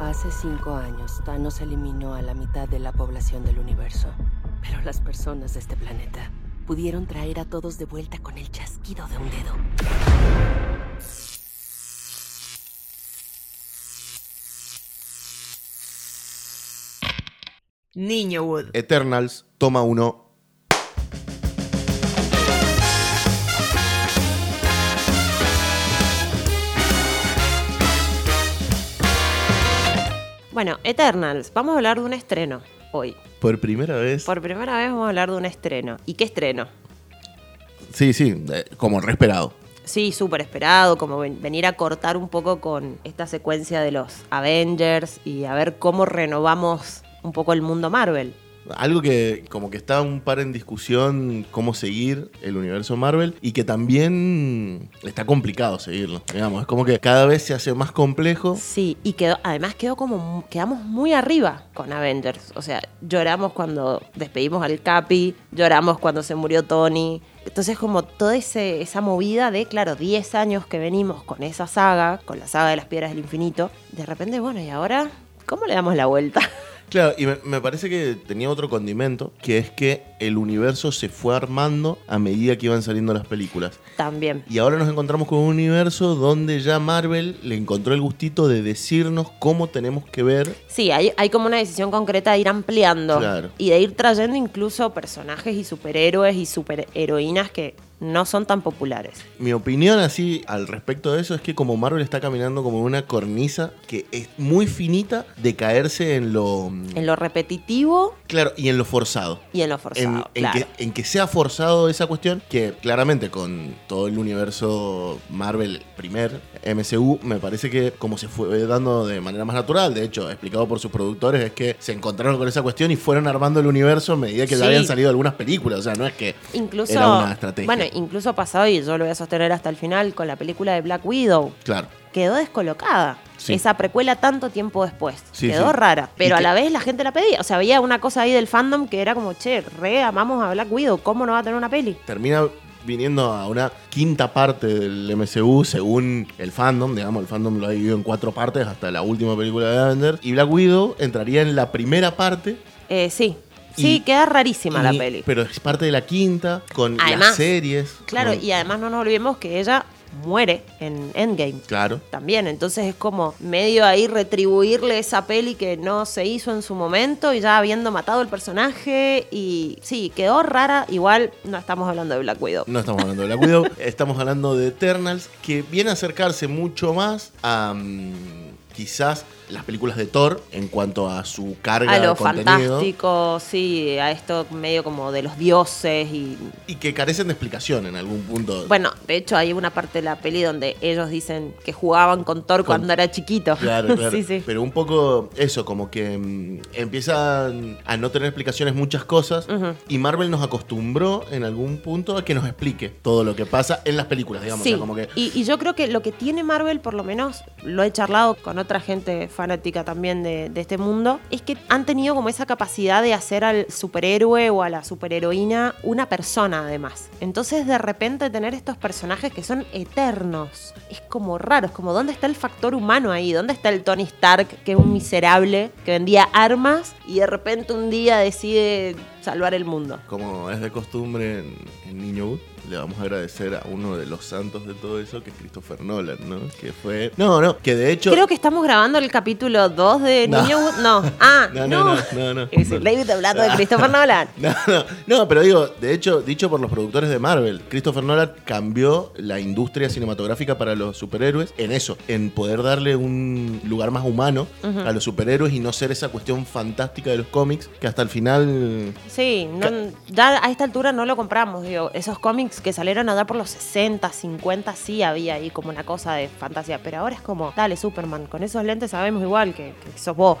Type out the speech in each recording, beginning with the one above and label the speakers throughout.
Speaker 1: Hace cinco años, Thanos eliminó a la mitad de la población del universo. Pero las personas de este planeta pudieron traer a todos de vuelta con el chasquido de un dedo.
Speaker 2: Niño Wood.
Speaker 3: Eternals, toma uno.
Speaker 2: Bueno, Eternals, vamos a hablar de un estreno hoy.
Speaker 3: Por primera vez.
Speaker 2: Por primera vez vamos a hablar de un estreno. ¿Y qué estreno?
Speaker 3: Sí, sí, eh, como re esperado.
Speaker 2: Sí, súper esperado, como ven- venir a cortar un poco con esta secuencia de los Avengers y a ver cómo renovamos un poco el mundo Marvel.
Speaker 3: Algo que como que está un par en discusión cómo seguir el universo Marvel y que también está complicado seguirlo, digamos, es como que cada vez se hace más complejo.
Speaker 2: Sí, y quedó, además quedó como mu- quedamos muy arriba con Avengers. O sea, lloramos cuando despedimos al Capi, lloramos cuando se murió Tony. Entonces, como toda ese, esa movida de, claro, 10 años que venimos con esa saga, con la saga de las piedras del infinito, de repente, bueno, ¿y ahora cómo le damos la vuelta?
Speaker 3: Claro, y me, me parece que tenía otro condimento, que es que el universo se fue armando a medida que iban saliendo las películas.
Speaker 2: También.
Speaker 3: Y ahora nos encontramos con un universo donde ya Marvel le encontró el gustito de decirnos cómo tenemos que ver.
Speaker 2: Sí, hay, hay como una decisión concreta de ir ampliando
Speaker 3: Claro.
Speaker 2: y de ir trayendo incluso personajes y superhéroes y superheroínas que no son tan populares.
Speaker 3: Mi opinión así al respecto de eso es que como Marvel está caminando como una cornisa que es muy finita de caerse en lo...
Speaker 2: En lo repetitivo
Speaker 3: Claro, y en lo forzado.
Speaker 2: y en lo forzado.
Speaker 3: en, en
Speaker 2: claro.
Speaker 3: que, en que sea forzado esa cuestión, que claramente con todo el universo Marvel primer MCU, me parece que como se fue dando de manera más natural, de hecho, explicado por sus productores, es que se encontraron con esa cuestión y fueron armando el universo a medida que
Speaker 2: Sí.
Speaker 3: ya habían salido algunas películas, o sea, no es que...
Speaker 2: Incluso,
Speaker 3: Era una estrategia.
Speaker 2: bueno, incluso pasado, y yo lo voy a sostener hasta el final, con la película de Black Widow,
Speaker 3: Claro.
Speaker 2: quedó descolocada.
Speaker 3: Sí.
Speaker 2: Esa precuela tanto tiempo después.
Speaker 3: Sí,
Speaker 2: quedó
Speaker 3: sí.
Speaker 2: rara. Pero a
Speaker 3: Y que-
Speaker 2: la vez la gente la pedía. O sea, había una cosa ahí del fandom que era como, che, re amamos a Black Widow, ¿cómo no va a tener una peli?
Speaker 3: termina viniendo a una quinta parte del MCU según el fandom, digamos, el fandom lo ha dividido en cuatro partes hasta la última película de Avengers y Black Widow entraría en la primera parte
Speaker 2: Eh, sí. Sí,
Speaker 3: Y-
Speaker 2: queda rarísima la
Speaker 3: Y-
Speaker 2: peli.
Speaker 3: Pero es parte de la quinta, con
Speaker 2: Además,
Speaker 3: las series.
Speaker 2: Claro,
Speaker 3: con-
Speaker 2: y además no nos olvidemos que ella muere en Endgame.
Speaker 3: Claro.
Speaker 2: También, entonces es como medio ahí retribuirle esa peli que no se hizo en su momento y ya habiendo matado el personaje y sí, quedó rara, igual no estamos hablando de Black Widow.
Speaker 3: No estamos hablando de Black Widow, estamos hablando de Eternals, que viene a acercarse mucho más a mm, quizás las películas de Thor en cuanto a su carga
Speaker 2: A
Speaker 3: de
Speaker 2: lo
Speaker 3: contenido.
Speaker 2: fantástico, sí, a esto medio como de los dioses y...
Speaker 3: Y que carecen de explicación en algún punto.
Speaker 2: Bueno, de hecho hay una parte de la peli donde ellos dicen que jugaban con Thor
Speaker 3: Con-
Speaker 2: cuando era chiquito.
Speaker 3: Claro, claro.
Speaker 2: sí, sí.
Speaker 3: Pero un poco eso, como que mm, empiezan a no tener explicaciones muchas cosas.
Speaker 2: Ujú.
Speaker 3: Y Marvel nos acostumbró en algún punto a que nos explique todo lo que pasa en las películas, digamos. O
Speaker 2: Sí,
Speaker 3: sea, como que
Speaker 2: y, y yo creo que lo que tiene Marvel, por lo menos lo he charlado con otra gente fanática también de, de este mundo, es que han tenido como esa capacidad de hacer al superhéroe o a la superheroína una persona además. Entonces de repente tener estos personajes que son eternos es como raro, es como ¿dónde está el factor humano ahí? ¿Dónde está el Tony Stark que es un miserable, que vendía armas y de repente un día decide salvar el mundo?
Speaker 3: Como es de costumbre en, en Niño Wood, le vamos a agradecer a uno de los santos de todo eso, que es Christopher Nolan, ¿no? Que fue. No, no, que de hecho.
Speaker 2: Creo que estamos grabando el capítulo 2 de
Speaker 3: No.
Speaker 2: Niño Wood. No. Ah,
Speaker 3: No,
Speaker 2: no.
Speaker 3: no, no, no, no.
Speaker 2: Es el David Plato de Christopher Nolan.
Speaker 3: No, no, no, pero digo, de hecho, dicho por los productores de Marvel, Christopher Nolan cambió la industria cinematográfica para los superhéroes en eso, en poder darle un lugar más humano a los superhéroes y no ser esa cuestión fantástica de los cómics que hasta el final
Speaker 2: Sí, no- ya a esta altura no lo compramos. Digo, esos cómics que salieron a dar por los 60, 50, sí había ahí como una cosa de fantasía. Pero ahora es como, dale, Superman, con esos lentes sabemos igual que, que sos vos.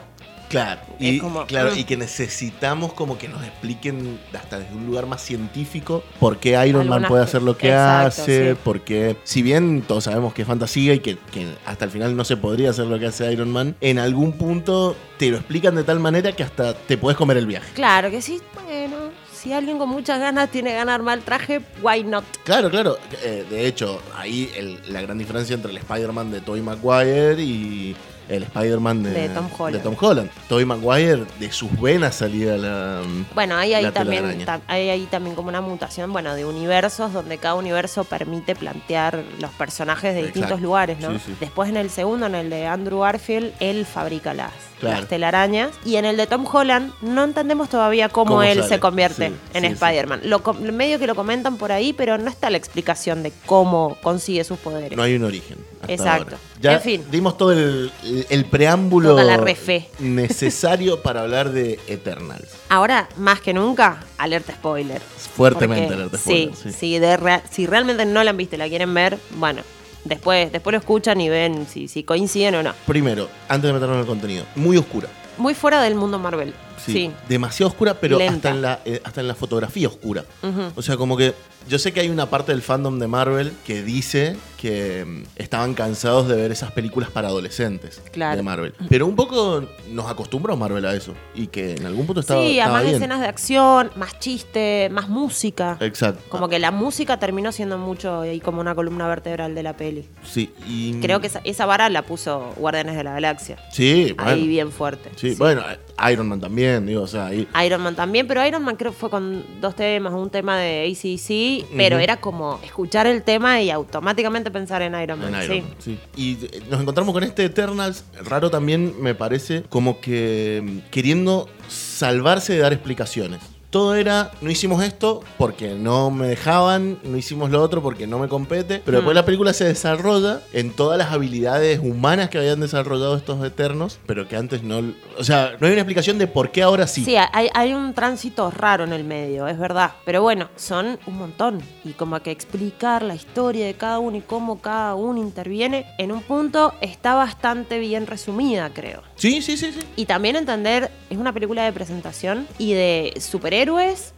Speaker 3: Claro,
Speaker 2: Es
Speaker 3: y,
Speaker 2: como,
Speaker 3: claro
Speaker 2: mm.
Speaker 3: y que necesitamos como que nos expliquen hasta desde un lugar más científico por qué Iron Man
Speaker 2: Algunas
Speaker 3: puede
Speaker 2: que-
Speaker 3: hacer lo que
Speaker 2: exacto,
Speaker 3: hace,
Speaker 2: sí.
Speaker 3: porque si bien todos sabemos que es fantasía y que, que hasta el final no se podría hacer lo que hace Iron Man, en algún punto te lo explican de tal manera que hasta te puedes comer el viaje.
Speaker 2: Claro que sí, bueno, si alguien con muchas ganas tiene ganas de armar el traje, why not?
Speaker 3: Claro, claro. eh, de hecho, ahí el- la gran diferencia entre el Spider-Man de Tobey Maguire y el Spider-Man de,
Speaker 2: De Tom Holland.
Speaker 3: de Tom Holland. Tobey Maguire, de sus venas salía la.
Speaker 2: Bueno, hay ahí,
Speaker 3: La
Speaker 2: también,
Speaker 3: telaraña.
Speaker 2: ta- hay ahí también como una mutación, bueno, de universos donde cada universo permite plantear los personajes de
Speaker 3: Exacto.
Speaker 2: distintos lugares, ¿no?
Speaker 3: Sí, sí.
Speaker 2: Después en el segundo, en el de Andrew Garfield, él fabrica las,
Speaker 3: Claro.
Speaker 2: las telarañas. Y en el de Tom Holland no entendemos todavía cómo,
Speaker 3: Cómo
Speaker 2: él
Speaker 3: sale.
Speaker 2: se convierte
Speaker 3: Sí,
Speaker 2: en
Speaker 3: sí, sí.
Speaker 2: Spider-Man. Lo com- medio que lo comentan por ahí, pero no está la explicación de cómo consigue sus poderes.
Speaker 3: No hay un origen. hasta
Speaker 2: Exacto.
Speaker 3: ahora. Ya
Speaker 2: En fin.
Speaker 3: Dimos todo el, el preámbulo
Speaker 2: Toda la refe.
Speaker 3: necesario para hablar de Eternals.
Speaker 2: Ahora, más que nunca, alerta spoiler.
Speaker 3: Fuertemente
Speaker 2: Porque-
Speaker 3: alerta
Speaker 2: sí,
Speaker 3: spoiler, sí.
Speaker 2: sí, de rea- si realmente no la han visto y la quieren ver, bueno, después, después lo escuchan y ven si, si coinciden o no.
Speaker 3: Primero, antes de meternos en el contenido, muy oscura.
Speaker 2: Muy fuera del mundo Marvel.
Speaker 3: Sí,
Speaker 2: Sí.
Speaker 3: Demasiado oscura, pero
Speaker 2: Lenta.
Speaker 3: hasta en, la, eh, hasta en la fotografía oscura.
Speaker 2: Ujú.
Speaker 3: O sea, como que yo sé que hay una parte del fandom de Marvel que dice que mm, estaban cansados de ver esas películas para adolescentes
Speaker 2: Claro.
Speaker 3: de Marvel. Pero un poco nos acostumbró Marvel a eso y que en algún punto estaba,
Speaker 2: sí,
Speaker 3: estaba
Speaker 2: además de
Speaker 3: bien.
Speaker 2: escenas de acción, más chiste, más música.
Speaker 3: Exacto.
Speaker 2: Como que la música terminó siendo mucho ahí como una columna vertebral de la peli.
Speaker 3: Sí, y-
Speaker 2: Creo que esa, esa vara la puso Guardianes de la Galaxia.
Speaker 3: Sí, bueno.
Speaker 2: Ahí bien fuerte.
Speaker 3: Sí,
Speaker 2: Sí.
Speaker 3: bueno, Iron Man también, digo, o sea, ahí.
Speaker 2: Iron Man también, pero Iron Man creo que fue con dos temas, un tema de ACDC, pero
Speaker 3: Ujú.
Speaker 2: era como escuchar el tema y automáticamente pensar en Iron Man.
Speaker 3: en
Speaker 2: sí.
Speaker 3: Iron Man, sí. Y eh, nos encontramos con este Eternals, raro también me parece, como que mm, queriendo salvarse de dar explicaciones. Todo era, no hicimos esto porque no me dejaban, no hicimos lo otro porque no me compete, pero
Speaker 2: Mm.
Speaker 3: después la película se desarrolla en todas las habilidades humanas que habían desarrollado estos Eternos, pero que antes no... O sea, no hay una explicación de por qué ahora sí.
Speaker 2: Sí, hay, hay un tránsito raro en el medio, es verdad. Pero bueno, son un montón. Y como que explicar la historia de cada uno y cómo cada uno interviene, en un punto está bastante bien resumida, creo.
Speaker 3: Sí, sí, sí, sí.
Speaker 2: Y también entender, es una película de presentación y de superhéroes,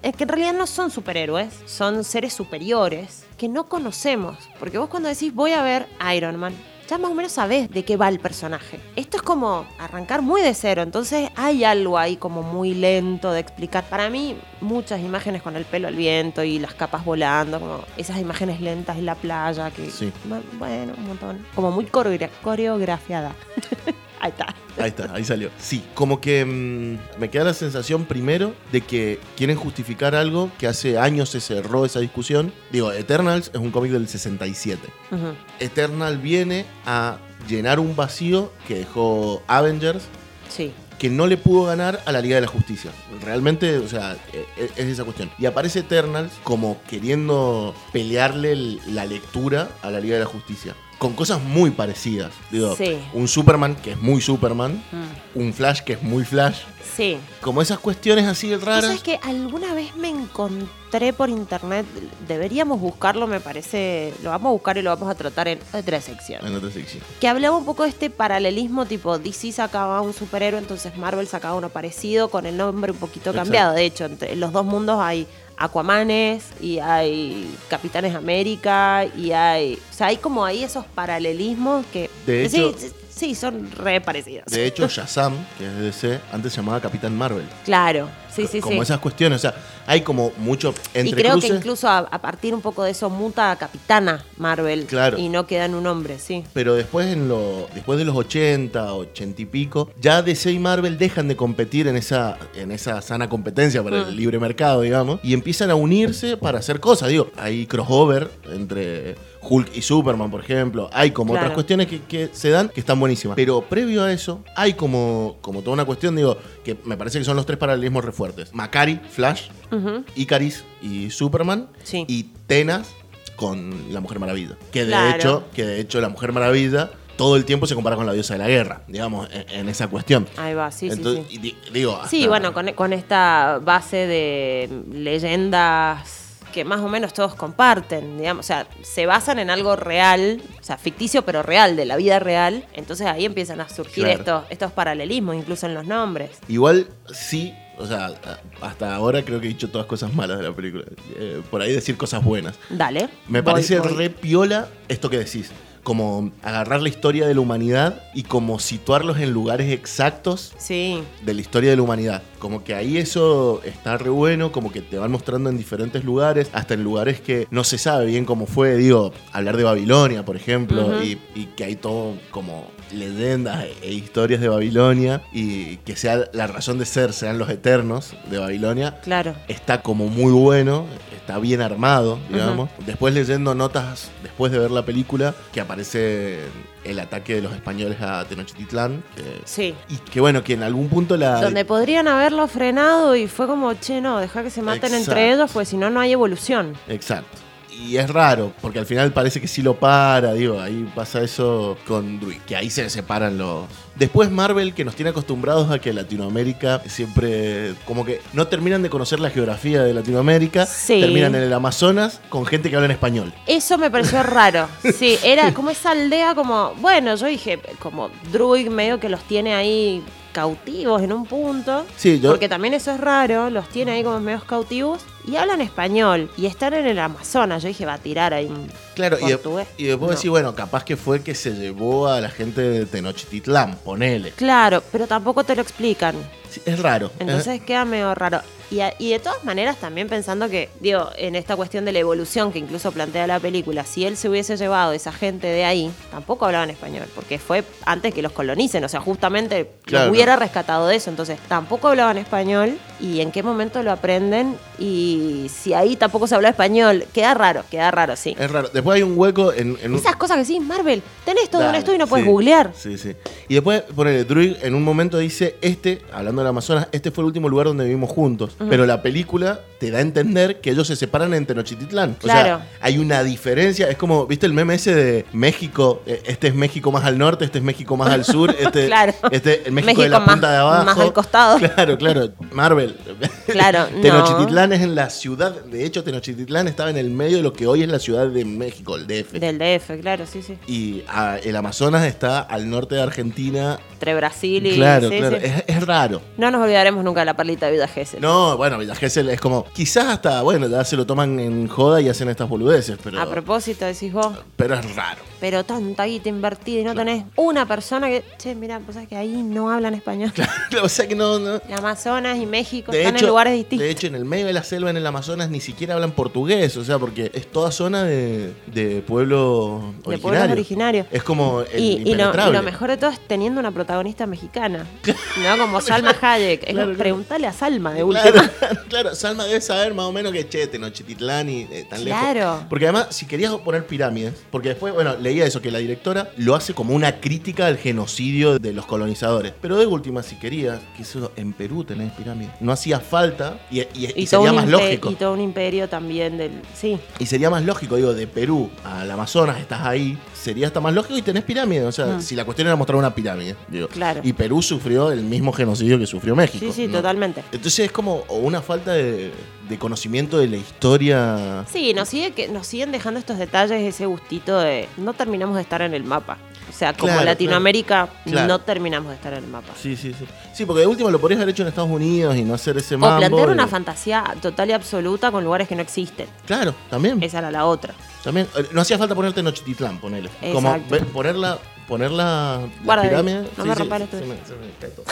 Speaker 2: es que en realidad no son superhéroes, son seres superiores que no conocemos. Porque vos cuando decís voy a ver Iron Man, ya más o menos sabés de qué va el personaje. Esto es como arrancar muy de cero, entonces hay algo ahí como muy lento de explicar. Para mí, muchas imágenes con el pelo al viento y las capas volando, como esas imágenes lentas en la playa, que
Speaker 3: Sí.
Speaker 2: bueno, un montón. Como muy coreogra- coreografiada. ahí está.
Speaker 3: Ahí está, ahí salió. Sí, como que mm, me queda la sensación primero de que quieren justificar algo que hace años se cerró esa discusión. Digo, Eternals es un cómic del 67.
Speaker 2: Ujú.
Speaker 3: Eternal viene a llenar un vacío que dejó Avengers
Speaker 2: Sí.
Speaker 3: que no le pudo ganar a la Liga de la Justicia. Realmente, o sea, e- e- es esa cuestión. Y aparece Eternals como queriendo pelearle el- la lectura a la Liga de la Justicia. Con cosas muy parecidas. Digo,
Speaker 2: Sí.
Speaker 3: un Superman que es muy Superman,
Speaker 2: Mm.
Speaker 3: un Flash que es muy Flash.
Speaker 2: Sí.
Speaker 3: Como esas cuestiones así raras.
Speaker 2: ¿Sabes que alguna vez me encontré por internet? Deberíamos buscarlo, me parece. Lo vamos a buscar y lo vamos a tratar en otra sección.
Speaker 3: En otra sección.
Speaker 2: Que hablaba un poco de este paralelismo, tipo DC sacaba un superhéroe, entonces Marvel sacaba uno parecido, con el nombre un poquito
Speaker 3: Exacto.
Speaker 2: cambiado. De hecho, entre los dos mundos hay Aquamanes y hay Capitanes América y hay. O sea, hay como ahí esos paralelismos que.
Speaker 3: De
Speaker 2: sí,
Speaker 3: hecho-
Speaker 2: sí, sí, son re parecidos.
Speaker 3: De hecho, Shazam, que es de DC, antes se llamaba Capitán Marvel.
Speaker 2: claro, sí, sí,
Speaker 3: como
Speaker 2: sí.
Speaker 3: esas cuestiones. O sea, hay como mucho
Speaker 2: Y
Speaker 3: entre
Speaker 2: creo que incluso a, a partir un poco de eso muta a Capitana Marvel.
Speaker 3: Claro.
Speaker 2: Y no queda en un hombre, sí.
Speaker 3: Pero después, en lo, después de los 80, 80 y pico, ya DC y Marvel dejan de competir en esa, en esa sana competencia para
Speaker 2: Mm.
Speaker 3: el libre mercado, digamos, y empiezan a unirse para hacer cosas. Digo, hay crossover entre Hulk y Superman, por ejemplo. Hay como
Speaker 2: Claro.
Speaker 3: otras cuestiones que, que se dan que están buenísimas. Pero previo a eso, hay como, como toda una cuestión, digo, que me parece que son los tres paralelismos re fuertes. Macari, Flash,
Speaker 2: Ujú.
Speaker 3: Icaris y Superman
Speaker 2: Sí.
Speaker 3: y Tenas con la Mujer Maravilla. Que de
Speaker 2: Claro.
Speaker 3: hecho, que de hecho la Mujer Maravilla todo el tiempo se compara con la diosa de la guerra, digamos, en, en esa cuestión.
Speaker 2: Ahí va, sí,
Speaker 3: Entonces,
Speaker 2: sí, sí.
Speaker 3: y di- digo,
Speaker 2: Sí,
Speaker 3: hasta-
Speaker 2: bueno, con, con esta base de leyendas que más o menos todos comparten, digamos, o sea, se basan en algo real, o sea, ficticio pero real, de la vida real, entonces ahí empiezan a surgir
Speaker 3: Claro.
Speaker 2: estos, estos paralelismos, incluso en los nombres.
Speaker 3: igual sí, o sea, hasta ahora creo que he dicho todas cosas malas de la película. Eh, por ahí decir cosas buenas.
Speaker 2: Dale.
Speaker 3: Me
Speaker 2: voy,
Speaker 3: parece
Speaker 2: voy.
Speaker 3: re piola esto que decís. como agarrar la historia de la humanidad y como situarlos en lugares exactos
Speaker 2: Sí.
Speaker 3: de la historia de la humanidad. Como que ahí eso está re bueno, como que te van mostrando en diferentes lugares, hasta en lugares que no se sabe bien cómo fue, digo, hablar de Babilonia, por ejemplo,
Speaker 2: Ujú.
Speaker 3: y, y que hay todo como leyendas e historias de Babilonia y que sea la razón de ser, sean los eternos de Babilonia,
Speaker 2: Claro.
Speaker 3: está como muy bueno, está bien armado, digamos. Después leyendo notas, después de ver la película, que aparece el ataque de los españoles a Tenochtitlán. que-
Speaker 2: Sí.
Speaker 3: y que bueno, que en algún punto la...
Speaker 2: Donde podrían haberlo frenado y fue como, che, no, deja que se maten entre
Speaker 3: Exacto.
Speaker 2: ellos, pues si no, no hay evolución.
Speaker 3: Exacto. Y es raro, porque al final parece que sí lo para, digo, ahí pasa eso con Druid, que ahí se separan los... Después Marvel, que nos tiene acostumbrados a que Latinoamérica siempre, como que no terminan de conocer la geografía de Latinoamérica,
Speaker 2: Sí.
Speaker 3: terminan en el Amazonas con gente que habla en español.
Speaker 2: Eso me pareció raro. Sí, era como esa aldea como, bueno, yo dije, como Druid medio que los tiene ahí cautivos en un punto.
Speaker 3: Sí, yo...
Speaker 2: Porque también eso es raro, los tiene ahí como medios cautivos y hablan español y están en el Amazonas. Yo dije, va a tirar ahí. un-
Speaker 3: Claro, y, de-
Speaker 2: portugués.
Speaker 3: y después
Speaker 2: No.
Speaker 3: decís, bueno, capaz que fue que se llevó a la gente de Tenochtitlán, ponele.
Speaker 2: Claro, pero tampoco te lo explican.
Speaker 3: Sí, Es raro. es-
Speaker 2: Entonces queda medio raro. Y, a- y de todas maneras también pensando que, digo, en esta cuestión de la evolución que incluso plantea la película, si él se hubiese llevado esa gente de ahí, tampoco hablaban español, porque fue antes que los colonicen, o sea, justamente
Speaker 3: Claro.
Speaker 2: los hubiera rescatado de eso, entonces tampoco hablaban español y en qué momento lo aprenden y si ahí tampoco se habla español, queda raro, queda raro, sí.
Speaker 3: es raro. Después hay un hueco en, en un...
Speaker 2: Esas cosas que sí, Marvel, tenés todo un
Speaker 3: Dale,
Speaker 2: estudio y no puedes
Speaker 3: sí,
Speaker 2: googlear.
Speaker 3: Sí, sí. Y después, ponele, Druid en un momento dice, este, hablando del Amazonas, este fue el último lugar donde vivimos juntos. Pero la película te da a entender que ellos se separan en Tenochtitlán. O
Speaker 2: Claro.
Speaker 3: sea, hay una diferencia. Es como, ¿viste el meme ese de México? Eh, Este es México más al norte, este es México más al sur, este,
Speaker 2: Claro.
Speaker 3: este es el México,
Speaker 2: México
Speaker 3: de la
Speaker 2: más-
Speaker 3: punta de abajo.
Speaker 2: más al costado.
Speaker 3: Claro, claro. Marvel.
Speaker 2: Claro, no.
Speaker 3: Tenochtitlán es en la ciudad. De hecho, Tenochtitlán estaba en el medio de lo que hoy es la ciudad de México, el DF.
Speaker 2: Del DF, claro, sí, sí.
Speaker 3: Y ah, el Amazonas está al norte de Argentina.
Speaker 2: Entre Brasil y...
Speaker 3: claro,
Speaker 2: sí,
Speaker 3: claro.
Speaker 2: sí.
Speaker 3: Es, es raro.
Speaker 2: No nos olvidaremos nunca de la perlita de Vida Gesell.
Speaker 3: No, bueno, Villa Gesell es como. Quizás hasta, bueno, ya se lo toman en joda y hacen estas boludeces,
Speaker 2: A
Speaker 3: pero.
Speaker 2: propósito, decís vos,
Speaker 3: Pero es raro.
Speaker 2: pero tanta guita invertida y no tenés una persona que, che, mira, pues sabés que ahí no hablan español.
Speaker 3: o sea que no. no.
Speaker 2: El Amazonas y México
Speaker 3: De
Speaker 2: están
Speaker 3: hecho,
Speaker 2: en lugares
Speaker 3: de
Speaker 2: distintos.
Speaker 3: hecho, en el medio de la selva, en el Amazonas, ni siquiera hablan portugués, o sea, porque es toda zona de, de pueblo originario.
Speaker 2: pueblos originarios.
Speaker 3: Es como el
Speaker 2: Y, y lo,
Speaker 3: impenetrable.
Speaker 2: y lo mejor de todo es teniendo una protagonista mexicana, ¿no? Como Salma Hayek. Es
Speaker 3: Claro,
Speaker 2: como, Preguntale a Salma de última.
Speaker 3: Claro, claro, Salma debe saber más o menos que che, Tenochtitlán y eh, tan lejos.
Speaker 2: Claro.
Speaker 3: Porque además, si querías poner pirámides, porque después, bueno, leía eso, que la directora lo hace como una crítica al genocidio de los colonizadores. Pero de última, si querías, que eso en Perú tenés pirámides. No hacía falta y, y- y
Speaker 2: Y, todo
Speaker 3: sería
Speaker 2: un
Speaker 3: más
Speaker 2: impe-
Speaker 3: lógico.
Speaker 2: y todo un imperio también del... Sí,
Speaker 3: Y sería más lógico, digo, de Perú al Amazonas, estás ahí, sería hasta más lógico y tenés pirámides. O sea,
Speaker 2: Mm.
Speaker 3: si la cuestión era mostrar una pirámide, digo.
Speaker 2: Claro.
Speaker 3: Y Perú sufrió el mismo genocidio que sufrió México.
Speaker 2: sí, sí,
Speaker 3: ¿no?
Speaker 2: totalmente.
Speaker 3: Entonces es como o una falta de, de conocimiento de la historia.
Speaker 2: Sí, nos, sigue que, nos siguen dejando estos detalles, ese gustito de no terminamos de estar en el mapa. O sea, como
Speaker 3: Claro,
Speaker 2: Latinoamérica,
Speaker 3: claro.
Speaker 2: no terminamos de estar en el mapa.
Speaker 3: Sí, sí, sí. Sí, porque de último lo podrías haber hecho en Estados Unidos y no hacer ese mambo.
Speaker 2: o plantear
Speaker 3: y-
Speaker 2: una fantasía total y absoluta con lugares que no existen.
Speaker 3: Claro, también.
Speaker 2: Esa era la otra.
Speaker 3: también. Eh, No hacía falta ponerte Nochititlán, ponele. Como
Speaker 2: Exacto.
Speaker 3: ve- ponerla, poner la, la
Speaker 2: Guarda,
Speaker 3: pirámide.
Speaker 2: no me rompas el
Speaker 3: se
Speaker 2: estudio.
Speaker 3: me- se me cae todo.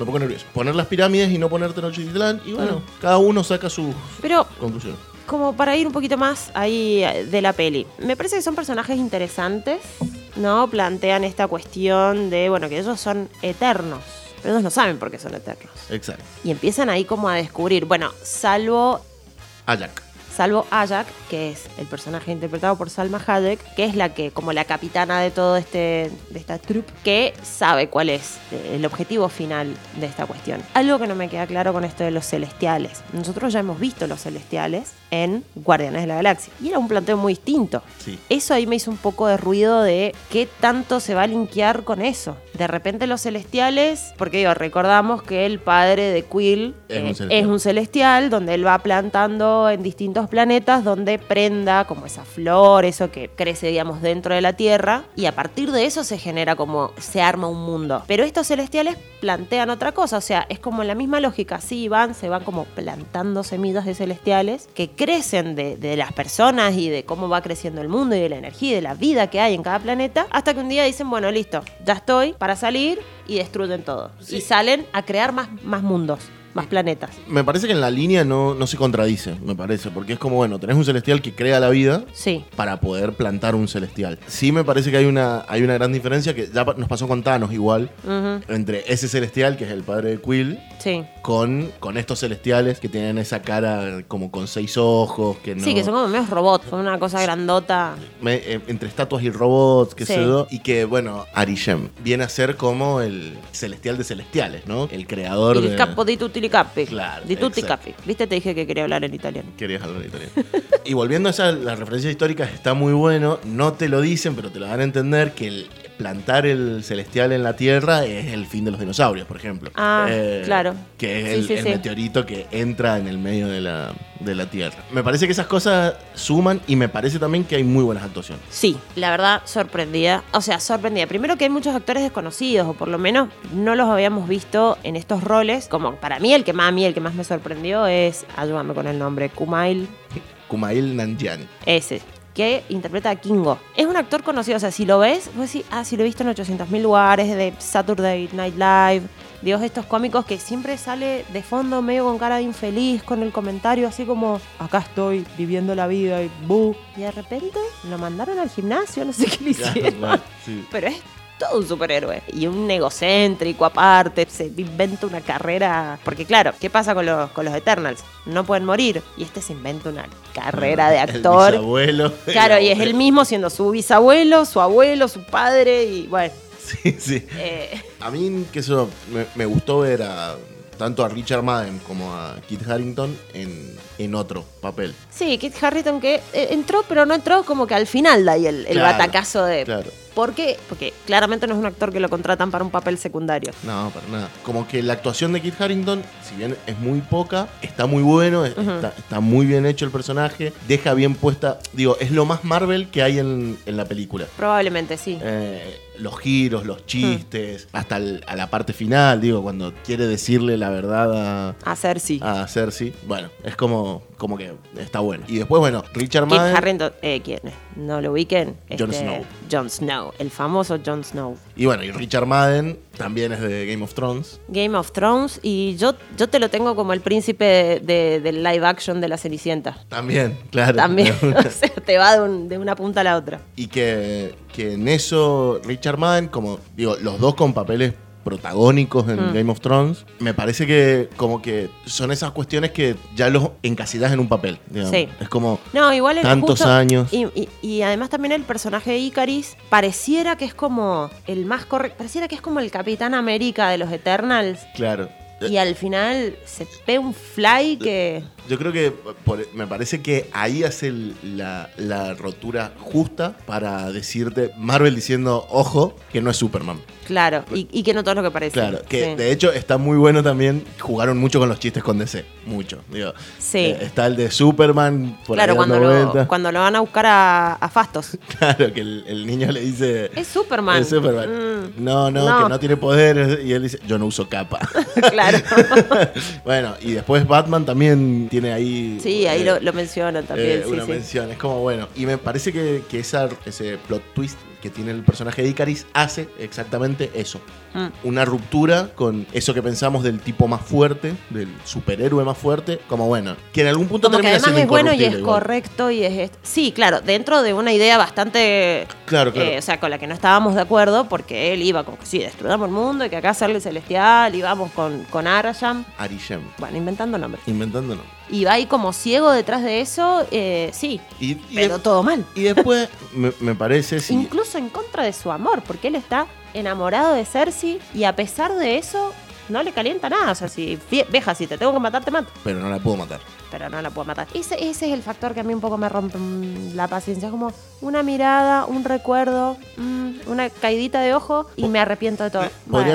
Speaker 3: Me pongo nervioso. Poner las pirámides y no ponerte Nochititlán. Y bueno, cada uno saca sus
Speaker 2: Pero
Speaker 3: conclusiones.
Speaker 2: como para ir un poquito más ahí eh, de la peli, me parece que son personajes interesantes, ¿no? Plantean esta cuestión de, bueno, que ellos son eternos, pero ellos no saben por qué son eternos.
Speaker 3: Exacto.
Speaker 2: Y empiezan ahí como a descubrir, bueno, salvo
Speaker 3: Ayak.
Speaker 2: Salvo Ajak, que es el personaje interpretado por Salma Hayek, que es la que, como la capitana de todo este, de esta troupe, que sabe cuál es eh, el objetivo final de esta cuestión. Algo que no me queda claro con esto de los celestiales. Nosotros ya hemos visto los celestiales en Guardianes de la Galaxia y era un planteo muy distinto.
Speaker 3: Sí.
Speaker 2: Eso ahí me hizo un poco de ruido de qué tanto se va a linkear con eso. De repente los celestiales, porque digo, recordamos que el padre de Quill
Speaker 3: Es
Speaker 2: eh,
Speaker 3: un celestial.
Speaker 2: es un celestial, donde él va plantando en distintos planetas, donde prenda como esa flor, eso que crece, digamos, dentro de la Tierra, y a partir de eso se genera como, se arma un mundo. Pero estos celestiales plantean otra cosa, o sea, es como la misma lógica, sí, van, se van como plantando semillas de celestiales que crecen de, de las personas y de cómo va creciendo el mundo y de la energía y de la vida que hay en cada planeta, hasta que un día dicen, bueno, listo, ya estoy para salir y destruyen todo.
Speaker 3: Sí.
Speaker 2: Y salen a crear más, más mundos, más planetas.
Speaker 3: Me parece que en la línea no, no se contradice, me parece, porque es como, bueno, tenés un celestial que crea la vida
Speaker 2: Sí.
Speaker 3: para poder plantar un celestial. Sí me parece que hay una, hay una gran diferencia que ya pa- nos pasó con Thanos igual,
Speaker 2: Ujú.
Speaker 3: entre ese celestial, que es el padre de Quill,
Speaker 2: Sí.
Speaker 3: con, con estos celestiales que tienen esa cara como con seis ojos, que no...
Speaker 2: Sí, que son como medios robots, son una cosa grandota.
Speaker 3: me- eh, entre estatuas y robots, que
Speaker 2: Sí.
Speaker 3: sé yo, y que, bueno, Arishem viene a ser como el celestial de celestiales, ¿no? El creador
Speaker 2: Il
Speaker 3: de...
Speaker 2: capo di tutti i capi.
Speaker 3: Claro,
Speaker 2: Di tutti i
Speaker 3: exacto.
Speaker 2: capi. Viste, te dije que quería hablar en italiano.
Speaker 3: Querías hablar italiano. y volviendo a esa, las referencias históricas está muy bueno. No te lo dicen, pero te lo dan a entender que el plantar el celestial en la Tierra es el fin de los dinosaurios, por ejemplo. Eh,
Speaker 2: Ah, claro.
Speaker 3: Que es
Speaker 2: Sí,
Speaker 3: el,
Speaker 2: sí,
Speaker 3: el
Speaker 2: sí.
Speaker 3: meteorito que entra en el medio de la, de la Tierra. Me parece que esas cosas suman y me parece también que hay muy buenas actuaciones.
Speaker 2: Sí, la verdad, sorprendida. O sea, sorprendida. Primero que hay muchos actores desconocidos, o por lo menos no los habíamos visto en estos roles. Como para mí, el que más a mí, el que más me sorprendió es, ayúdame con el nombre, Kumail,
Speaker 3: Kumail Nanjiani.
Speaker 2: ese, que interpreta a Kingo. Es un actor conocido, o sea, si lo ves, vos decís, ah, sí, lo he visto en 800.000 lugares, de Saturday Night Live, Dios, estos cómicos que siempre sale de fondo medio con cara de infeliz, con el comentario así como, acá estoy viviendo la vida y bu. Y de repente lo mandaron al gimnasio, no sé qué le hicieron.
Speaker 3: Sí.
Speaker 2: Pero es todo un superhéroe. Y un egocéntrico aparte, se inventa una carrera. Porque claro, ¿qué pasa con los, con los Eternals? No pueden morir. Y este se inventa una carrera de
Speaker 3: El
Speaker 2: actor.
Speaker 3: bisabuelo.
Speaker 2: Claro, y es el mismo siendo su bisabuelo, su abuelo, su padre y bueno.
Speaker 3: Sí, sí.
Speaker 2: eh,
Speaker 3: A mí que eso me, me gustó ver a tanto a Richard Madden como a Kit Harrington en, en otro papel.
Speaker 2: sí, Kit Harrington que eh, entró, pero no entró como que al final de ahí el, el
Speaker 3: Claro,
Speaker 2: batacazo de...
Speaker 3: Claro.
Speaker 2: ¿Por qué? Porque claramente no es un actor que lo contratan para un papel secundario.
Speaker 3: No, para nada. Como que la actuación de Kit Harrington, si bien es muy poca, está muy bueno, es- está, está muy bien hecho el personaje, deja bien puesta. Digo, es lo más Marvel que hay en, en la película.
Speaker 2: Probablemente sí.
Speaker 3: Eh, los giros, los chistes, hasta el- a la parte final, digo, cuando quiere decirle la verdad a,
Speaker 2: Hacer sí.
Speaker 3: a Cersei. Bueno, es como, como que está bueno. Y después, bueno, Richard
Speaker 2: Kit
Speaker 3: Madden.
Speaker 2: Harrington, eh, ¿quién? es? No lo ubiquen. Este,
Speaker 3: Jon Snow.
Speaker 2: Jon Snow, el famoso Jon Snow.
Speaker 3: Y bueno, y Richard Madden también es de Game of Thrones.
Speaker 2: Game of Thrones, y yo, yo te lo tengo como el príncipe de- de- del live action de la Cenicienta.
Speaker 3: También, claro.
Speaker 2: También, o sea, te va de, un- de una punta a la otra.
Speaker 3: Y que, que en eso Richard Madden, como digo, los dos con papeles protagónicos en
Speaker 2: Mm.
Speaker 3: Game of Thrones, me parece que como que son esas cuestiones que ya los encasidas en un papel. digamos.
Speaker 2: Sí.
Speaker 3: Es como...
Speaker 2: No, igual el
Speaker 3: Tantos
Speaker 2: justo-
Speaker 3: años.
Speaker 2: Y, y- y además también el personaje de Icaris pareciera que es como el más correcto, pareciera que es como el Capitán América de los Eternals.
Speaker 3: Claro.
Speaker 2: Y al final se ve un
Speaker 3: Eh.
Speaker 2: fly que.
Speaker 3: Yo creo que por- me parece que ahí hace el- la, la rotura justa para decirte Marvel diciendo, ojo, que no es Superman.
Speaker 2: Claro, y, y que no todo es lo que parece.
Speaker 3: Claro, que
Speaker 2: Sí.
Speaker 3: de hecho está muy bueno también. Jugaron mucho con los chistes con DC. Mucho. Digo,
Speaker 2: Sí.
Speaker 3: eh, está el de Superman por
Speaker 2: claro,
Speaker 3: ahí dando
Speaker 2: cuando lo,
Speaker 3: vueltas.
Speaker 2: cuando lo van a buscar a, a Fastos.
Speaker 3: Claro, que el, el niño le dice.
Speaker 2: Es Superman.
Speaker 3: "Es Superman".
Speaker 2: Mm,
Speaker 3: no, no,
Speaker 2: no.
Speaker 3: que no tiene poderes. Y él dice, yo no uso capa.
Speaker 2: claro.
Speaker 3: bueno, y después Batman también tiene ahí.
Speaker 2: Sí, ahí
Speaker 3: eh,
Speaker 2: lo, lo mencionan también.
Speaker 3: eh,
Speaker 2: sí,
Speaker 3: una
Speaker 2: sí.
Speaker 3: mención. Es como bueno. Y me parece que, que esa, ese plot twist que tiene el personaje de Icaris hace exactamente eso.
Speaker 2: Mm.
Speaker 3: Una ruptura con eso que pensamos del tipo más fuerte, del superhéroe más fuerte. Como bueno, que en algún punto
Speaker 2: Como que
Speaker 3: termina
Speaker 2: además
Speaker 3: siendo
Speaker 2: es bueno y es
Speaker 3: incorruptible igual.
Speaker 2: correcto y es... Sí, claro, dentro de una idea bastante...
Speaker 3: Claro, claro.
Speaker 2: eh, o sea, con la que no estábamos de acuerdo porque él iba como que sí, destruyamos el mundo y que acá sale el celestial y vamos con, con Arasham.
Speaker 3: Arishem.
Speaker 2: Bueno, inventando nombres.
Speaker 3: Inventándolo.
Speaker 2: Y va ahí como ciego detrás de eso, eh, sí,
Speaker 3: Y, y
Speaker 2: pero
Speaker 3: de-
Speaker 2: todo mal.
Speaker 3: y después me, me parece si.
Speaker 2: Incluso en contra de su amor, porque él está enamorado de Cersei y a pesar de eso no le calienta nada. O sea, si vie- vieja, si te tengo que matar, te mato.
Speaker 3: Pero no la pudo matar.
Speaker 2: Pero no la puedo matar. Ese, ese es el factor que a mí un poco me rompe mm, la paciencia. Es como una mirada, un recuerdo. mm, una caidita de ojo y me arrepiento de todo.
Speaker 3: Podría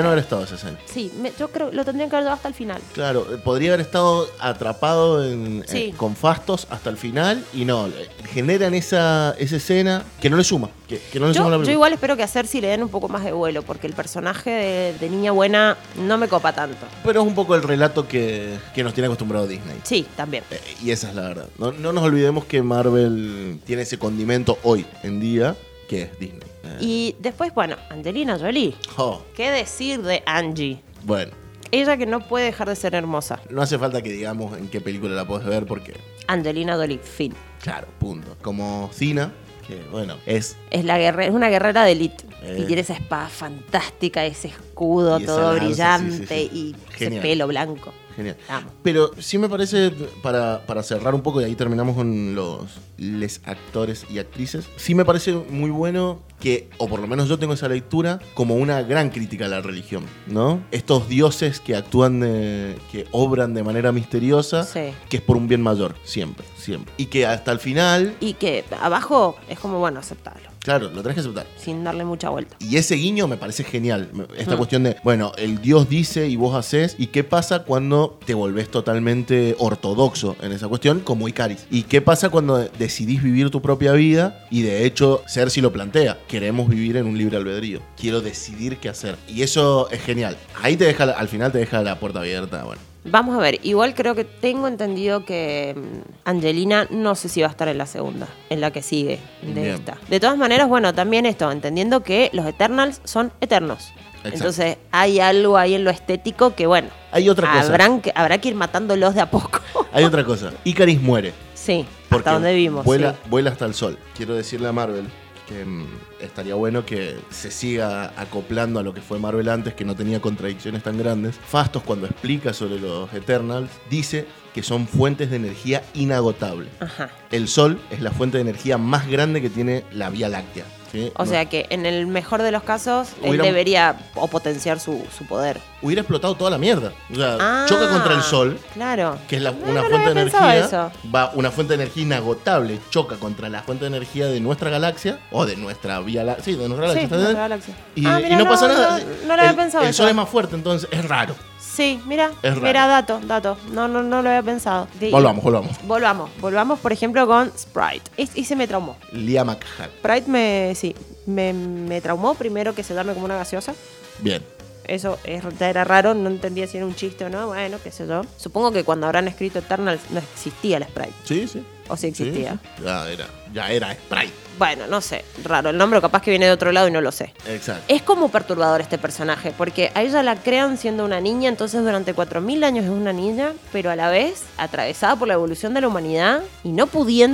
Speaker 2: Bueno.
Speaker 3: no Eh, haber estado esa escena.
Speaker 2: Sí, me- yo creo que lo tendrían que haber dado hasta el final.
Speaker 3: Claro, eh, podría haber estado atrapado en,
Speaker 2: Sí.
Speaker 3: eh, con fastos hasta el final y no, eh, generan esa, esa escena que no le suma, que, que no le
Speaker 2: Yo,
Speaker 3: suma a la
Speaker 2: yo
Speaker 3: película.
Speaker 2: igual espero que a Cersei le den un poco más de vuelo, porque el personaje de, de Niña Buena no me copa tanto.
Speaker 3: Pero es un poco el relato que, que nos tiene acostumbrado Disney.
Speaker 2: Sí, también.
Speaker 3: Eh, Y esa es la verdad. No, no nos olvidemos que Marvel tiene ese condimento hoy en día que es Disney. Eh,
Speaker 2: Y después, bueno, Angelina Jolie.
Speaker 3: oh,
Speaker 2: ¿Qué decir de Angie?
Speaker 3: bueno,
Speaker 2: Ella que no puede dejar de ser hermosa.
Speaker 3: no hace falta que digamos en qué película la podés ver porque,
Speaker 2: Angelina Jolie, fin.
Speaker 3: claro, punto. Como Cina, que bueno, es
Speaker 2: Es, la guerre- es una guerrera de elite.
Speaker 3: Eh.
Speaker 2: Y tiene esa espada fantástica, ese escudo
Speaker 3: Y esa
Speaker 2: todo
Speaker 3: lanza,
Speaker 2: brillante
Speaker 3: sí, sí, sí.
Speaker 2: y
Speaker 3: Genial.
Speaker 2: ese pelo blanco.
Speaker 3: Genial.
Speaker 2: Amo.
Speaker 3: Pero sí me parece, para, para cerrar un poco, y ahí terminamos con los les actores y actrices, sí me parece muy bueno que, o por lo menos yo tengo esa lectura, como una gran crítica a la religión, ¿no? Estos dioses que actúan, de- que obran de manera misteriosa,
Speaker 2: Sí.
Speaker 3: que es por un bien mayor, siempre, siempre. Y que hasta el final,
Speaker 2: Y que abajo es como, bueno, aceptarlo,
Speaker 3: claro, lo tenés que aceptar.
Speaker 2: sin darle mucha vuelta.
Speaker 3: Y ese guiño me parece genial. Me- Esta
Speaker 2: Mm.
Speaker 3: cuestión de, bueno, el Dios dice y vos haces. ¿Y qué pasa cuando te volvés totalmente ortodoxo en esa cuestión, como Icaris? ¿Y qué pasa cuando decidís vivir tu propia vida? Y de hecho, Cersei lo plantea. Queremos vivir en un libre albedrío. Quiero decidir qué hacer. Y eso es genial. Ahí te deja, la- al final te deja la puerta abierta. Bueno,
Speaker 2: Vamos a ver, igual creo que tengo entendido que mm, Angelina no sé si va a estar en la segunda, en la que sigue de
Speaker 3: Bien.
Speaker 2: esta. De todas maneras, bueno, también esto, entendiendo que los Eternals son eternos.
Speaker 3: Exacto.
Speaker 2: Entonces hay algo ahí en lo estético que, bueno,
Speaker 3: hay otra cosa.
Speaker 2: habrán que, habrá que ir matándolos de a poco.
Speaker 3: Hay otra cosa. Icaris muere.
Speaker 2: sí,
Speaker 3: Porque
Speaker 2: hasta donde vimos.
Speaker 3: Vuela,
Speaker 2: sí.
Speaker 3: vuela hasta el sol. Quiero decirle a Marvel que mm, estaría bueno que se siga acoplando a lo que fue Marvel antes, que no tenía contradicciones tan grandes. Fastos, cuando explica sobre los Eternals, dice que son fuentes de energía inagotable.
Speaker 2: Ajá.
Speaker 3: El sol es la fuente de energía más grande que tiene la Vía Láctea. ¿sí?
Speaker 2: O
Speaker 3: No-
Speaker 2: sea que en el mejor de los casos, él
Speaker 3: Hubiera-
Speaker 2: debería o potenciar su, su poder.
Speaker 3: hubiera explotado toda la mierda. O sea,
Speaker 2: Ah,
Speaker 3: choca contra el sol,
Speaker 2: Claro.
Speaker 3: que es la-
Speaker 2: No,
Speaker 3: una
Speaker 2: no lo
Speaker 3: fuente de
Speaker 2: había pensado
Speaker 3: energía.
Speaker 2: eso.
Speaker 3: Va una fuente de energía inagotable, choca contra la fuente de energía de nuestra galaxia o de nuestra Vía Láctea. Sí, de nuestra
Speaker 2: Sí,
Speaker 3: galaxia. ¿está bien?
Speaker 2: otra galaxia.
Speaker 3: Y,
Speaker 2: Ah,
Speaker 3: y
Speaker 2: mirá,
Speaker 3: no, pasa nada.
Speaker 2: No, no lo había
Speaker 3: el,
Speaker 2: pensado.
Speaker 3: El
Speaker 2: eso.
Speaker 3: sol es más fuerte, entonces es raro.
Speaker 2: Sí, mira,
Speaker 3: Es raro.
Speaker 2: mira, dato, dato. No, no, no lo había pensado. De-
Speaker 3: Volvamos, volvamos.
Speaker 2: Volvamos, volvamos, por ejemplo, con Sprite. Es- y se me traumó.
Speaker 3: Lia McHale.
Speaker 2: Sprite me, sí, me, me traumó primero que se darme como una gaseosa.
Speaker 3: Bien.
Speaker 2: Eso es- ya era raro, no entendía si era un chiste o no. Bueno, qué sé yo. Supongo que cuando habrán escrito Eternals no existía el Sprite.
Speaker 3: Sí, sí.
Speaker 2: O si
Speaker 3: Sí,
Speaker 2: existía.
Speaker 3: sí. Ya era, ya era Sprite.
Speaker 2: Bueno, no sé. Raro el nombre, capaz que viene de otro lado y no lo sé.
Speaker 3: Exacto.
Speaker 2: Es como perturbador este personaje, porque a ella la crean siendo una niña, entonces durante 4.000 años es una niña, pero a la vez atravesada por la evolución de la humanidad y no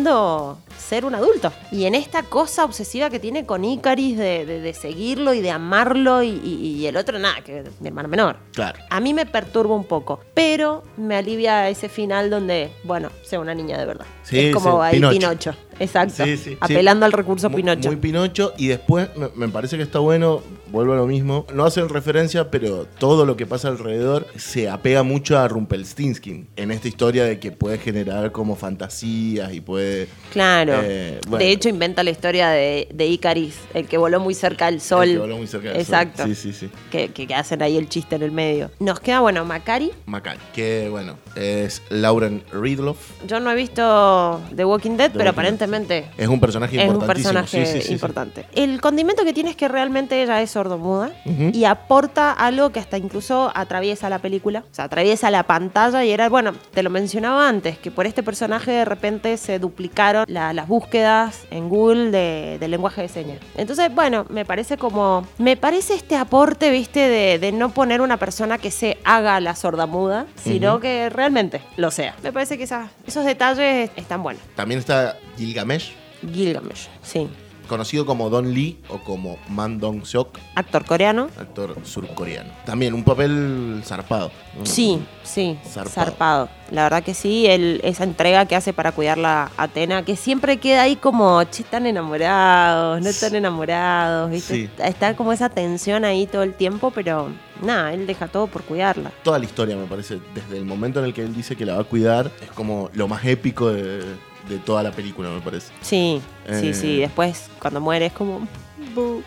Speaker 2: pudiendo ser un adulto. Y en esta cosa obsesiva que tiene con Icaris de, de- de seguirlo y de amarlo y, y- y el otro nada, que es mi hermano menor.
Speaker 3: Claro.
Speaker 2: A mí me perturba un poco, pero me alivia ese final donde, bueno, sea una niña de verdad.
Speaker 3: Sí,
Speaker 2: es como
Speaker 3: sí,
Speaker 2: ahí Pinocho.
Speaker 3: Pinocho.
Speaker 2: Exacto.
Speaker 3: Sí, sí, sí.
Speaker 2: Apelando al recurso
Speaker 3: Muy-
Speaker 2: Pinocho.
Speaker 3: Muy Pinocho. Y después me, me parece que está bueno, vuelvo a lo mismo. No hacen referencia, pero todo lo que pasa alrededor se apega mucho a Rumpelstiltskin. En esta historia de que puede generar como fantasías y puede.
Speaker 2: Claro.
Speaker 3: Eh, bueno.
Speaker 2: De hecho, inventa la historia de, de Icaris, el que voló muy cerca del sol.
Speaker 3: El que voló muy cerca del sol.
Speaker 2: Exacto.
Speaker 3: Sí, sí, sí.
Speaker 2: Que, que- que hacen ahí el chiste en el medio. Nos queda, bueno, Macari.
Speaker 3: Macal. Que bueno, es Lauren Ridloff.
Speaker 2: Yo no he visto The Walking Dead, pero
Speaker 3: The Walking Dead.
Speaker 2: aparentemente
Speaker 3: Es un personaje
Speaker 2: es un
Speaker 3: importantísimo.
Speaker 2: personaje
Speaker 3: sí, sí, sí, sí.
Speaker 2: importante. El condimento que tiene es que realmente ella es sordomuda
Speaker 3: Ujú.
Speaker 2: y aporta algo que hasta incluso atraviesa la película. O sea, atraviesa la pantalla y era, bueno, te lo mencionaba antes, que por este personaje de repente se duplicaron la- las búsquedas en Google de, de lenguaje de señas. Entonces, bueno, me parece como. Me parece este aporte, viste, de, de no poner una persona que se haga la sordamuda, sino
Speaker 3: Ujú.
Speaker 2: que realmente lo sea. Me parece que esas- esos detalles están buenos.
Speaker 3: También está Gilgamesh,
Speaker 2: Gilgamesh, sí.
Speaker 3: conocido como Don Lee o como Man Dong Seok,
Speaker 2: actor coreano.
Speaker 3: actor surcoreano. También un papel zarpado.
Speaker 2: Sí, sí,
Speaker 3: Zarpado.
Speaker 2: zarpado. La verdad que sí, el- esa entrega que hace para cuidarla a Atena, que siempre queda ahí como, che, están enamorados, no están enamorados, ¿viste?
Speaker 3: Sí.
Speaker 2: Está como esa tensión ahí todo el tiempo, pero nada, él deja todo por cuidarla.
Speaker 3: Toda la historia, me parece, desde el momento en el que él dice que la va a cuidar, es como lo más épico de, de toda la película, me parece.
Speaker 2: Sí,
Speaker 3: Eh.
Speaker 2: sí, sí. Después, cuando muere, es como, Bu.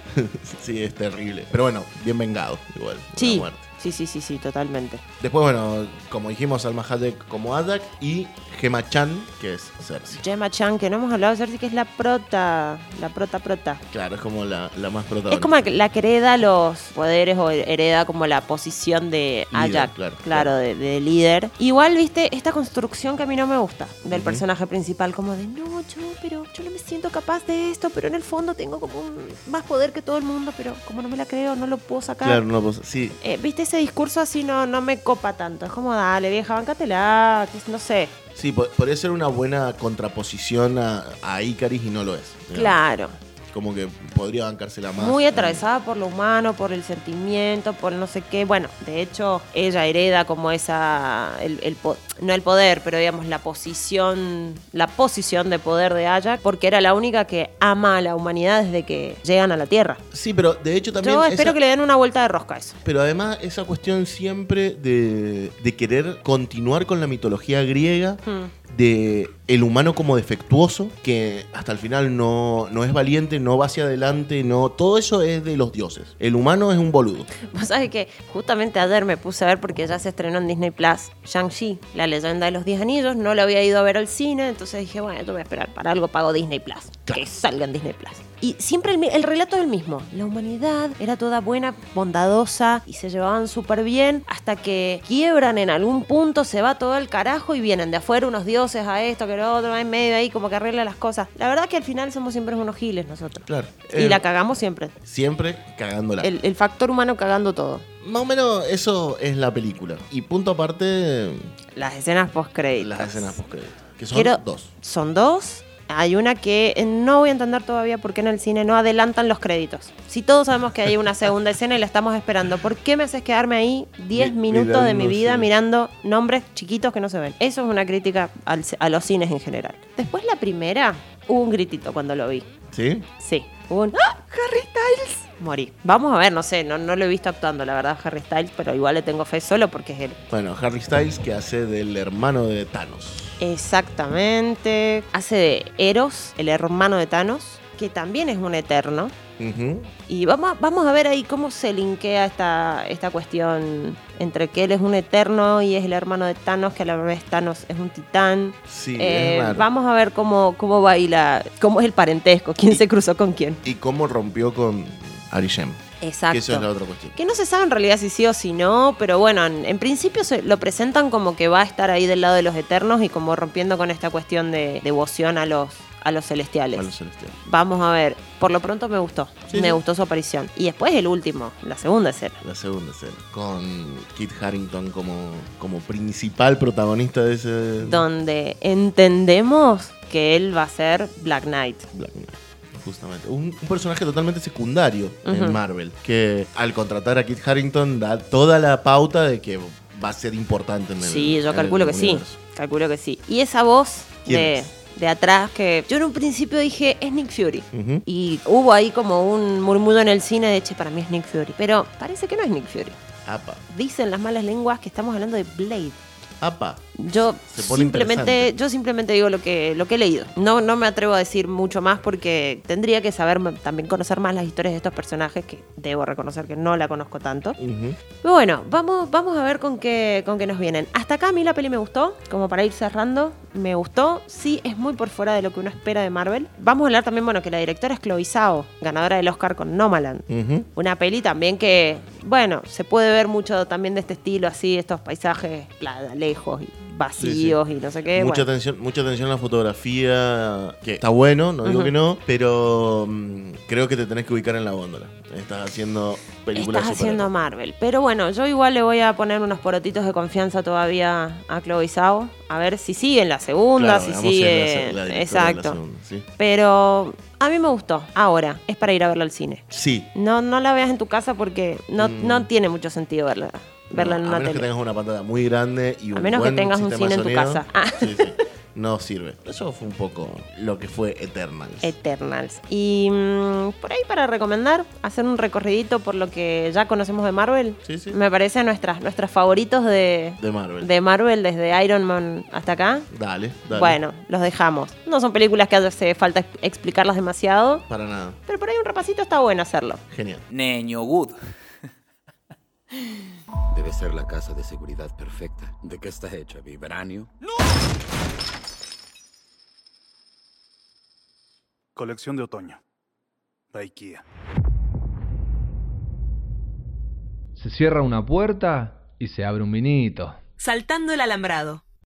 Speaker 3: sí, es terrible. Pero bueno, bien vengado, igual. por la
Speaker 2: Sí.
Speaker 3: muerte.
Speaker 2: Sí, sí, sí, sí, totalmente.
Speaker 3: Después, bueno, como dijimos, Alma Hayek como Adak y Gemma Chan, que es Cersei.
Speaker 2: Gemma Chan, que no hemos hablado de Cersei, que es la prota, la prota prota.
Speaker 3: Claro, es como la, la más protagonista.
Speaker 2: Es como la que hereda los poderes o hereda como la posición de
Speaker 3: Líder,
Speaker 2: Ajak,
Speaker 3: claro,
Speaker 2: claro,
Speaker 3: claro.
Speaker 2: De, de líder. Igual, viste, esta construcción que a mí no me gusta del
Speaker 3: Ujú.
Speaker 2: personaje principal, como de, no, yo, pero yo no me siento capaz de esto, pero en el fondo tengo como un- más poder que todo el mundo, pero como no me la creo, no lo puedo sacar.
Speaker 3: Claro, no, pues, sí.
Speaker 2: Eh, viste, ese discurso así no, no me copa tanto. Es como, dale, vieja, bancatela, no sé.
Speaker 3: Sí, po- podría ser una buena contraposición a, a Icaris y no lo es. digamos.
Speaker 2: Claro.
Speaker 3: Como que podría bancársela más.
Speaker 2: Muy atravesada por lo humano, por el sentimiento, por no sé qué. Bueno, de hecho, ella hereda como esa, el, el po- no el poder, pero digamos la posición, la posición de poder de Ajax, porque era la única que ama a la humanidad desde que llegan a la Tierra.
Speaker 3: Sí, pero de hecho también.
Speaker 2: Yo espero
Speaker 3: esa-
Speaker 2: que le den una vuelta de rosca a eso.
Speaker 3: Pero además esa cuestión siempre de, de querer continuar con la mitología griega,
Speaker 2: Hmm.
Speaker 3: de el humano como defectuoso, que hasta el final no, no es valiente, no va hacia adelante, no todo eso es de los dioses. El humano es un boludo.
Speaker 2: Vos sabés que justamente ayer me puse a ver porque ya se estrenó en Disney Plus Shang-Chi, la leyenda de los 10 anillos. No lo había ido a ver al cine, entonces dije, bueno, yo voy a esperar. Para algo pago Disney Plus. Que salga en Disney Plus. Y siempre el, mi- el relato es el mismo. La humanidad era toda buena, bondadosa y se llevaban súper bien hasta que quiebran en algún punto, se va todo el carajo y vienen de afuera unos dioses a esto, que lo otro, en medio ahí, como que arregla las cosas. La verdad que al final somos siempre unos giles nosotros.
Speaker 3: Claro.
Speaker 2: Y
Speaker 3: Eh,
Speaker 2: la cagamos siempre.
Speaker 3: Siempre cagándola.
Speaker 2: El- el factor humano cagando todo.
Speaker 3: Más o menos eso es la película. Y punto aparte,
Speaker 2: Las escenas post créditos.
Speaker 3: las escenas post-crédito. Que son
Speaker 2: Quiero-
Speaker 3: dos.
Speaker 2: Son dos. Hay una que eh, no voy a entender todavía por qué en el cine no adelantan los créditos. Si todos sabemos que hay una segunda escena y la estamos esperando, ¿por qué me haces quedarme ahí 10
Speaker 3: Mi-
Speaker 2: minutos de mi
Speaker 3: mirando,
Speaker 2: vida
Speaker 3: sí.
Speaker 2: mirando nombres chiquitos que no se ven? Eso es una crítica al c- a los cines en general. Después la primera, hubo un gritito cuando lo vi.
Speaker 3: ¿Sí?
Speaker 2: Sí, hubo un ¡Ah! ¡Harry Styles! Morí. Vamos a ver, no sé, no, no lo he visto actuando, la verdad, Harry Styles, pero igual le tengo fe solo porque es él.
Speaker 3: Bueno, Harry Styles que hace del hermano de Thanos.
Speaker 2: Exactamente. Hace de Eros, el hermano de Thanos, que también es un eterno.
Speaker 3: Ujú.
Speaker 2: Y vamos, a- vamos a ver ahí cómo se linkea esta, esta cuestión entre que él es un eterno y es el hermano de Thanos, que a la vez Thanos es un titán.
Speaker 3: Sí,
Speaker 2: Eh,
Speaker 3: es raro.
Speaker 2: vamos a ver cómo, cómo va ahí la- cómo es el parentesco, quién se cruzó con quién.
Speaker 3: y cómo rompió con Arishem.
Speaker 2: Exacto.
Speaker 3: Que eso es la otra cuestión.
Speaker 2: Que no se sabe en realidad si sí o si no, pero bueno, en, en principio se lo presentan como que va a estar ahí del lado de los eternos y como rompiendo con esta cuestión de devoción a los, a los celestiales.
Speaker 3: A los celestiales.
Speaker 2: Vamos a ver, por lo pronto me gustó,
Speaker 3: Sí,
Speaker 2: me
Speaker 3: sí.
Speaker 2: gustó su aparición. Y después el último, la segunda escena.
Speaker 3: La segunda escena. Con Kit Harrington como, como principal protagonista de ese.
Speaker 2: Donde entendemos que él va a ser Black Knight.
Speaker 3: Black Knight, Justamente. Un, un personaje totalmente secundario en
Speaker 2: Ujú.
Speaker 3: Marvel. Que al contratar a Kit Harrington da toda la pauta de que va a ser importante en el
Speaker 2: Sí, yo
Speaker 3: en
Speaker 2: calculo
Speaker 3: el
Speaker 2: que sí.
Speaker 3: universo.
Speaker 2: Calculo que sí. Y esa voz
Speaker 3: ¿Quién
Speaker 2: de,
Speaker 3: es?
Speaker 2: de atrás que yo en un principio dije es Nick Fury.
Speaker 3: Ujú.
Speaker 2: Y hubo ahí como un murmullo en el cine de, che, para mí es Nick Fury. Pero parece que no es Nick Fury.
Speaker 3: Apa.
Speaker 2: Dicen las malas lenguas que estamos hablando de Blade.
Speaker 3: Apa.
Speaker 2: Yo
Speaker 3: Se pone
Speaker 2: simplemente,
Speaker 3: interesante.
Speaker 2: yo simplemente digo lo que, lo que he leído. No, no me atrevo a decir mucho más porque tendría que saber m- también conocer más las historias de estos personajes que debo reconocer que no la conozco tanto.
Speaker 3: Ujú.
Speaker 2: Pero bueno, vamos, vamos a ver con qué, con qué nos vienen. Hasta acá a mí la peli me gustó, como para ir cerrando, me gustó. Sí, es muy por fuera de lo que uno espera de Marvel. Vamos a hablar también, bueno, que la directora es Chloe Zhao, ganadora del Oscar con Nomaland.
Speaker 3: Ujú.
Speaker 2: Una peli también que, bueno, se puede ver mucho también de este estilo, así, estos paisajes pla- lejos y vacíos y no sé qué.
Speaker 3: mucha,
Speaker 2: bueno.
Speaker 3: atención, mucha atención a la fotografía, que está bueno, no digo
Speaker 2: Ujú.
Speaker 3: que no, pero mm, creo que te tenés que ubicar en la góndola. Estás haciendo películas
Speaker 2: Estás
Speaker 3: de superhéroes.
Speaker 2: haciendo Marvel. Pero bueno, yo igual le voy a poner unos porotitos de confianza todavía a Chloe Zhao. A ver si sigue en la segunda,
Speaker 3: Claro,
Speaker 2: si
Speaker 3: veamos si
Speaker 2: sigue.
Speaker 3: es la- la directora de la
Speaker 2: eh, Exacto.
Speaker 3: segunda, ¿sí?
Speaker 2: Pero a mí me gustó. Ahora, es para ir a verla al cine.
Speaker 3: Sí.
Speaker 2: No, no la veas en tu casa porque no,
Speaker 3: Mm.
Speaker 2: no tiene mucho sentido verla, verla
Speaker 3: No,
Speaker 2: en
Speaker 3: a
Speaker 2: una
Speaker 3: menos que
Speaker 2: tele.
Speaker 3: tengas una pantalla muy grande y un
Speaker 2: menos que
Speaker 3: buen
Speaker 2: tengas un
Speaker 3: sistema
Speaker 2: cine
Speaker 3: de
Speaker 2: en tu
Speaker 3: sonido.
Speaker 2: casa. Ah.
Speaker 3: Sí, sí. no sirve. Eso fue un poco lo que fue Eternals.
Speaker 2: Eternals. Y mm, por ahí para recomendar, hacer un recorridito por lo que ya conocemos de Marvel.
Speaker 3: Sí, sí.
Speaker 2: Me parece nuestras, nuestros favoritos de,
Speaker 3: de Marvel.
Speaker 2: de Marvel desde Iron Man hasta acá.
Speaker 3: Dale, dale.
Speaker 2: Bueno, los dejamos. No son películas que hace falta ex- explicarlas demasiado,
Speaker 3: Para nada.
Speaker 2: pero por ahí un repasito está bueno hacerlo.
Speaker 3: Genial.
Speaker 4: Neño Good.
Speaker 5: Debe ser la casa de seguridad perfecta. ¿De qué está hecha? ¿Vibranio?
Speaker 6: Colección de otoño. Daikia.
Speaker 7: Se cierra una puerta y se abre un vinito.
Speaker 8: Saltando el alambrado.